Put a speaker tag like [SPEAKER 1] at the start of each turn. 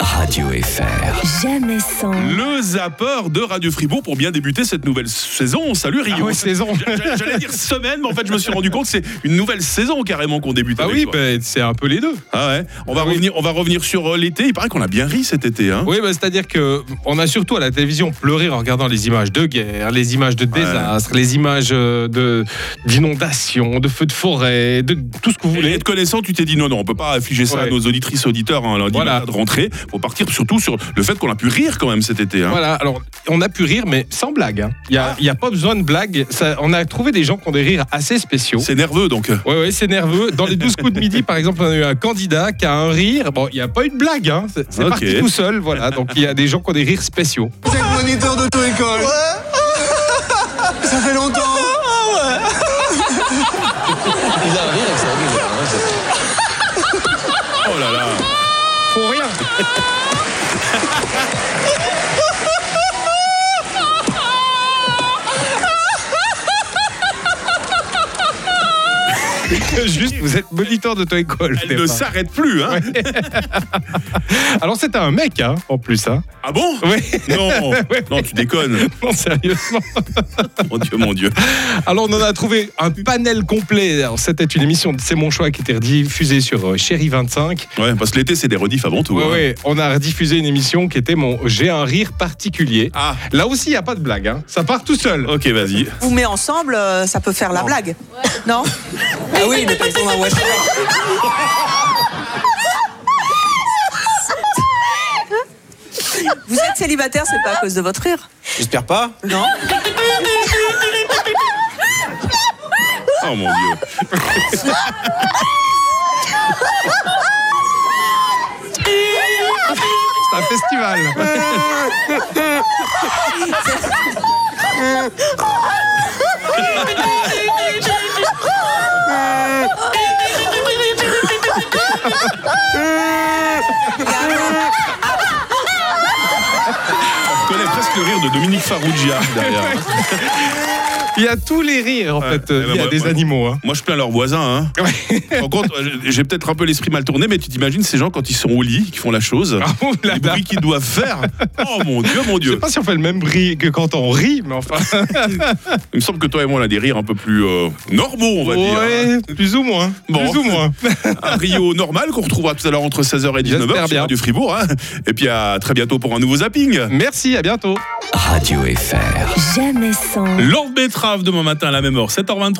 [SPEAKER 1] Radio FR.
[SPEAKER 2] Jamais sans.
[SPEAKER 3] Le zapper de Radio Fribourg pour bien débuter cette nouvelle saison. Salut Rio.
[SPEAKER 4] Ah ouais, saison.
[SPEAKER 3] J'allais- J'allais dire semaine, mais en fait, je me suis rendu compte que c'est une nouvelle saison carrément qu'on débute.
[SPEAKER 4] Bah
[SPEAKER 3] avec
[SPEAKER 4] oui,
[SPEAKER 3] toi.
[SPEAKER 4] bah, c'est un peu les deux.
[SPEAKER 3] Ah ouais. On va
[SPEAKER 4] Ah oui.
[SPEAKER 3] revenir, on va revenir sur euh, l'été. Il paraît qu'on a bien ri cet été, hein.
[SPEAKER 4] Oui, bah, c'est-à-dire que on a surtout à la télévision pleuré en regardant les images de guerre, les images de désastres, les images euh, de d'inondations, de feux de forêt, de tout ce que vous
[SPEAKER 3] Et
[SPEAKER 4] voulez.
[SPEAKER 3] te connaissant, tu t'es dit non, non, on peut pas affiger ça à
[SPEAKER 4] Ouais.
[SPEAKER 3] nos auditrices, auditeurs, hein, lundi
[SPEAKER 4] Voilà.
[SPEAKER 3] matin de rentrée. Faut partir surtout sur le fait qu'on a pu rire quand même cet été. hein.
[SPEAKER 4] Voilà, alors on a pu rire, mais sans blague. hein. Il n'y a, il y a pas besoin de blague. Ça, on a trouvé des gens qui ont des rires assez spéciaux.
[SPEAKER 3] C'est nerveux donc.
[SPEAKER 4] Ouais, ouais, c'est nerveux. Dans les 12 coups de midi, par exemple, on a eu un candidat qui a un rire. Bon, il n'y a pas eu de blague, hein. c'est c'est
[SPEAKER 3] Ok.
[SPEAKER 4] parti tout seul, voilà. Donc il y a des gens qui ont des rires spéciaux.
[SPEAKER 5] Vous êtes moniteur d'auto-école Ouais Ça fait longtemps
[SPEAKER 3] Oh là là.
[SPEAKER 4] Ah, Faut rien. Juste, vous êtes moniteur d'auto-école.
[SPEAKER 3] Elle ne s'arrête plus, hein.
[SPEAKER 4] Alors, c'était un mec, hein, en plus. Hein.
[SPEAKER 3] Ah bon
[SPEAKER 4] Oui,
[SPEAKER 3] Non, non, tu déconnes.
[SPEAKER 4] non, sérieusement.
[SPEAKER 3] Mon Dieu, mon Dieu.
[SPEAKER 4] Alors, on en a trouvé un panel complet. Alors, C'était une émission de C'est mon choix qui était rediffusée sur euh, Chéri 25.
[SPEAKER 3] Ouais, parce que l'été, c'est des rediffs avant tout.
[SPEAKER 4] Ouais,
[SPEAKER 3] hein.
[SPEAKER 4] ouais, on a rediffusé une émission qui était mon J'ai un rire particulier.
[SPEAKER 3] Ah,
[SPEAKER 4] Là aussi, il n'y a pas de blague. hein. Ça part tout seul.
[SPEAKER 3] ok, vas-y.
[SPEAKER 6] vous met ensemble, euh, ça peut faire la blague. Non
[SPEAKER 5] Ah oui, mais t'es dans la voiture
[SPEAKER 6] Vous êtes célibataire, c'est pas à cause de votre rire.
[SPEAKER 5] J'espère pas
[SPEAKER 6] Non
[SPEAKER 3] Oh mon Dieu.
[SPEAKER 4] C'est un festival.
[SPEAKER 3] Je connais presque le rire de Dominique Farrugia derrière.
[SPEAKER 4] Il y a tous les rires, en
[SPEAKER 3] Ouais.
[SPEAKER 4] fait. euh,
[SPEAKER 3] Eh ben,
[SPEAKER 4] Il y a
[SPEAKER 3] moi-
[SPEAKER 4] des
[SPEAKER 3] moi-
[SPEAKER 4] animaux. hein.
[SPEAKER 3] Moi, je plains leurs voisins. Hein. Par contre, j'ai- j'ai peut-être un peu l'esprit mal tourné, mais tu t'imagines ces gens quand ils sont au lit, qui font la chose,
[SPEAKER 4] Ah, oh là
[SPEAKER 3] les
[SPEAKER 4] là.
[SPEAKER 3] bruits qu'ils doivent faire. Oh mon Dieu, mon
[SPEAKER 4] Je sais
[SPEAKER 3] Dieu.
[SPEAKER 4] pas si on fait le même bruit que quand on rit, mais enfin.
[SPEAKER 3] Il me semble que toi et moi, on a des rires un peu plus euh, normaux, on va dire. hein.
[SPEAKER 4] Ouais, plus ou moins.
[SPEAKER 3] Bon.
[SPEAKER 4] Plus ou moins.
[SPEAKER 3] Un Rio normal qu'on retrouvera tout à l'heure entre 16h et 19h
[SPEAKER 4] J'espère
[SPEAKER 3] sur
[SPEAKER 4] bien.
[SPEAKER 3] Radio Fribourg. hein. Et puis à très bientôt pour un nouveau zapping.
[SPEAKER 4] Merci, à bientôt.
[SPEAKER 1] Radio FR.
[SPEAKER 2] Jamais sans.
[SPEAKER 3] Lord Betrave demain matin à la même heure, 7h23.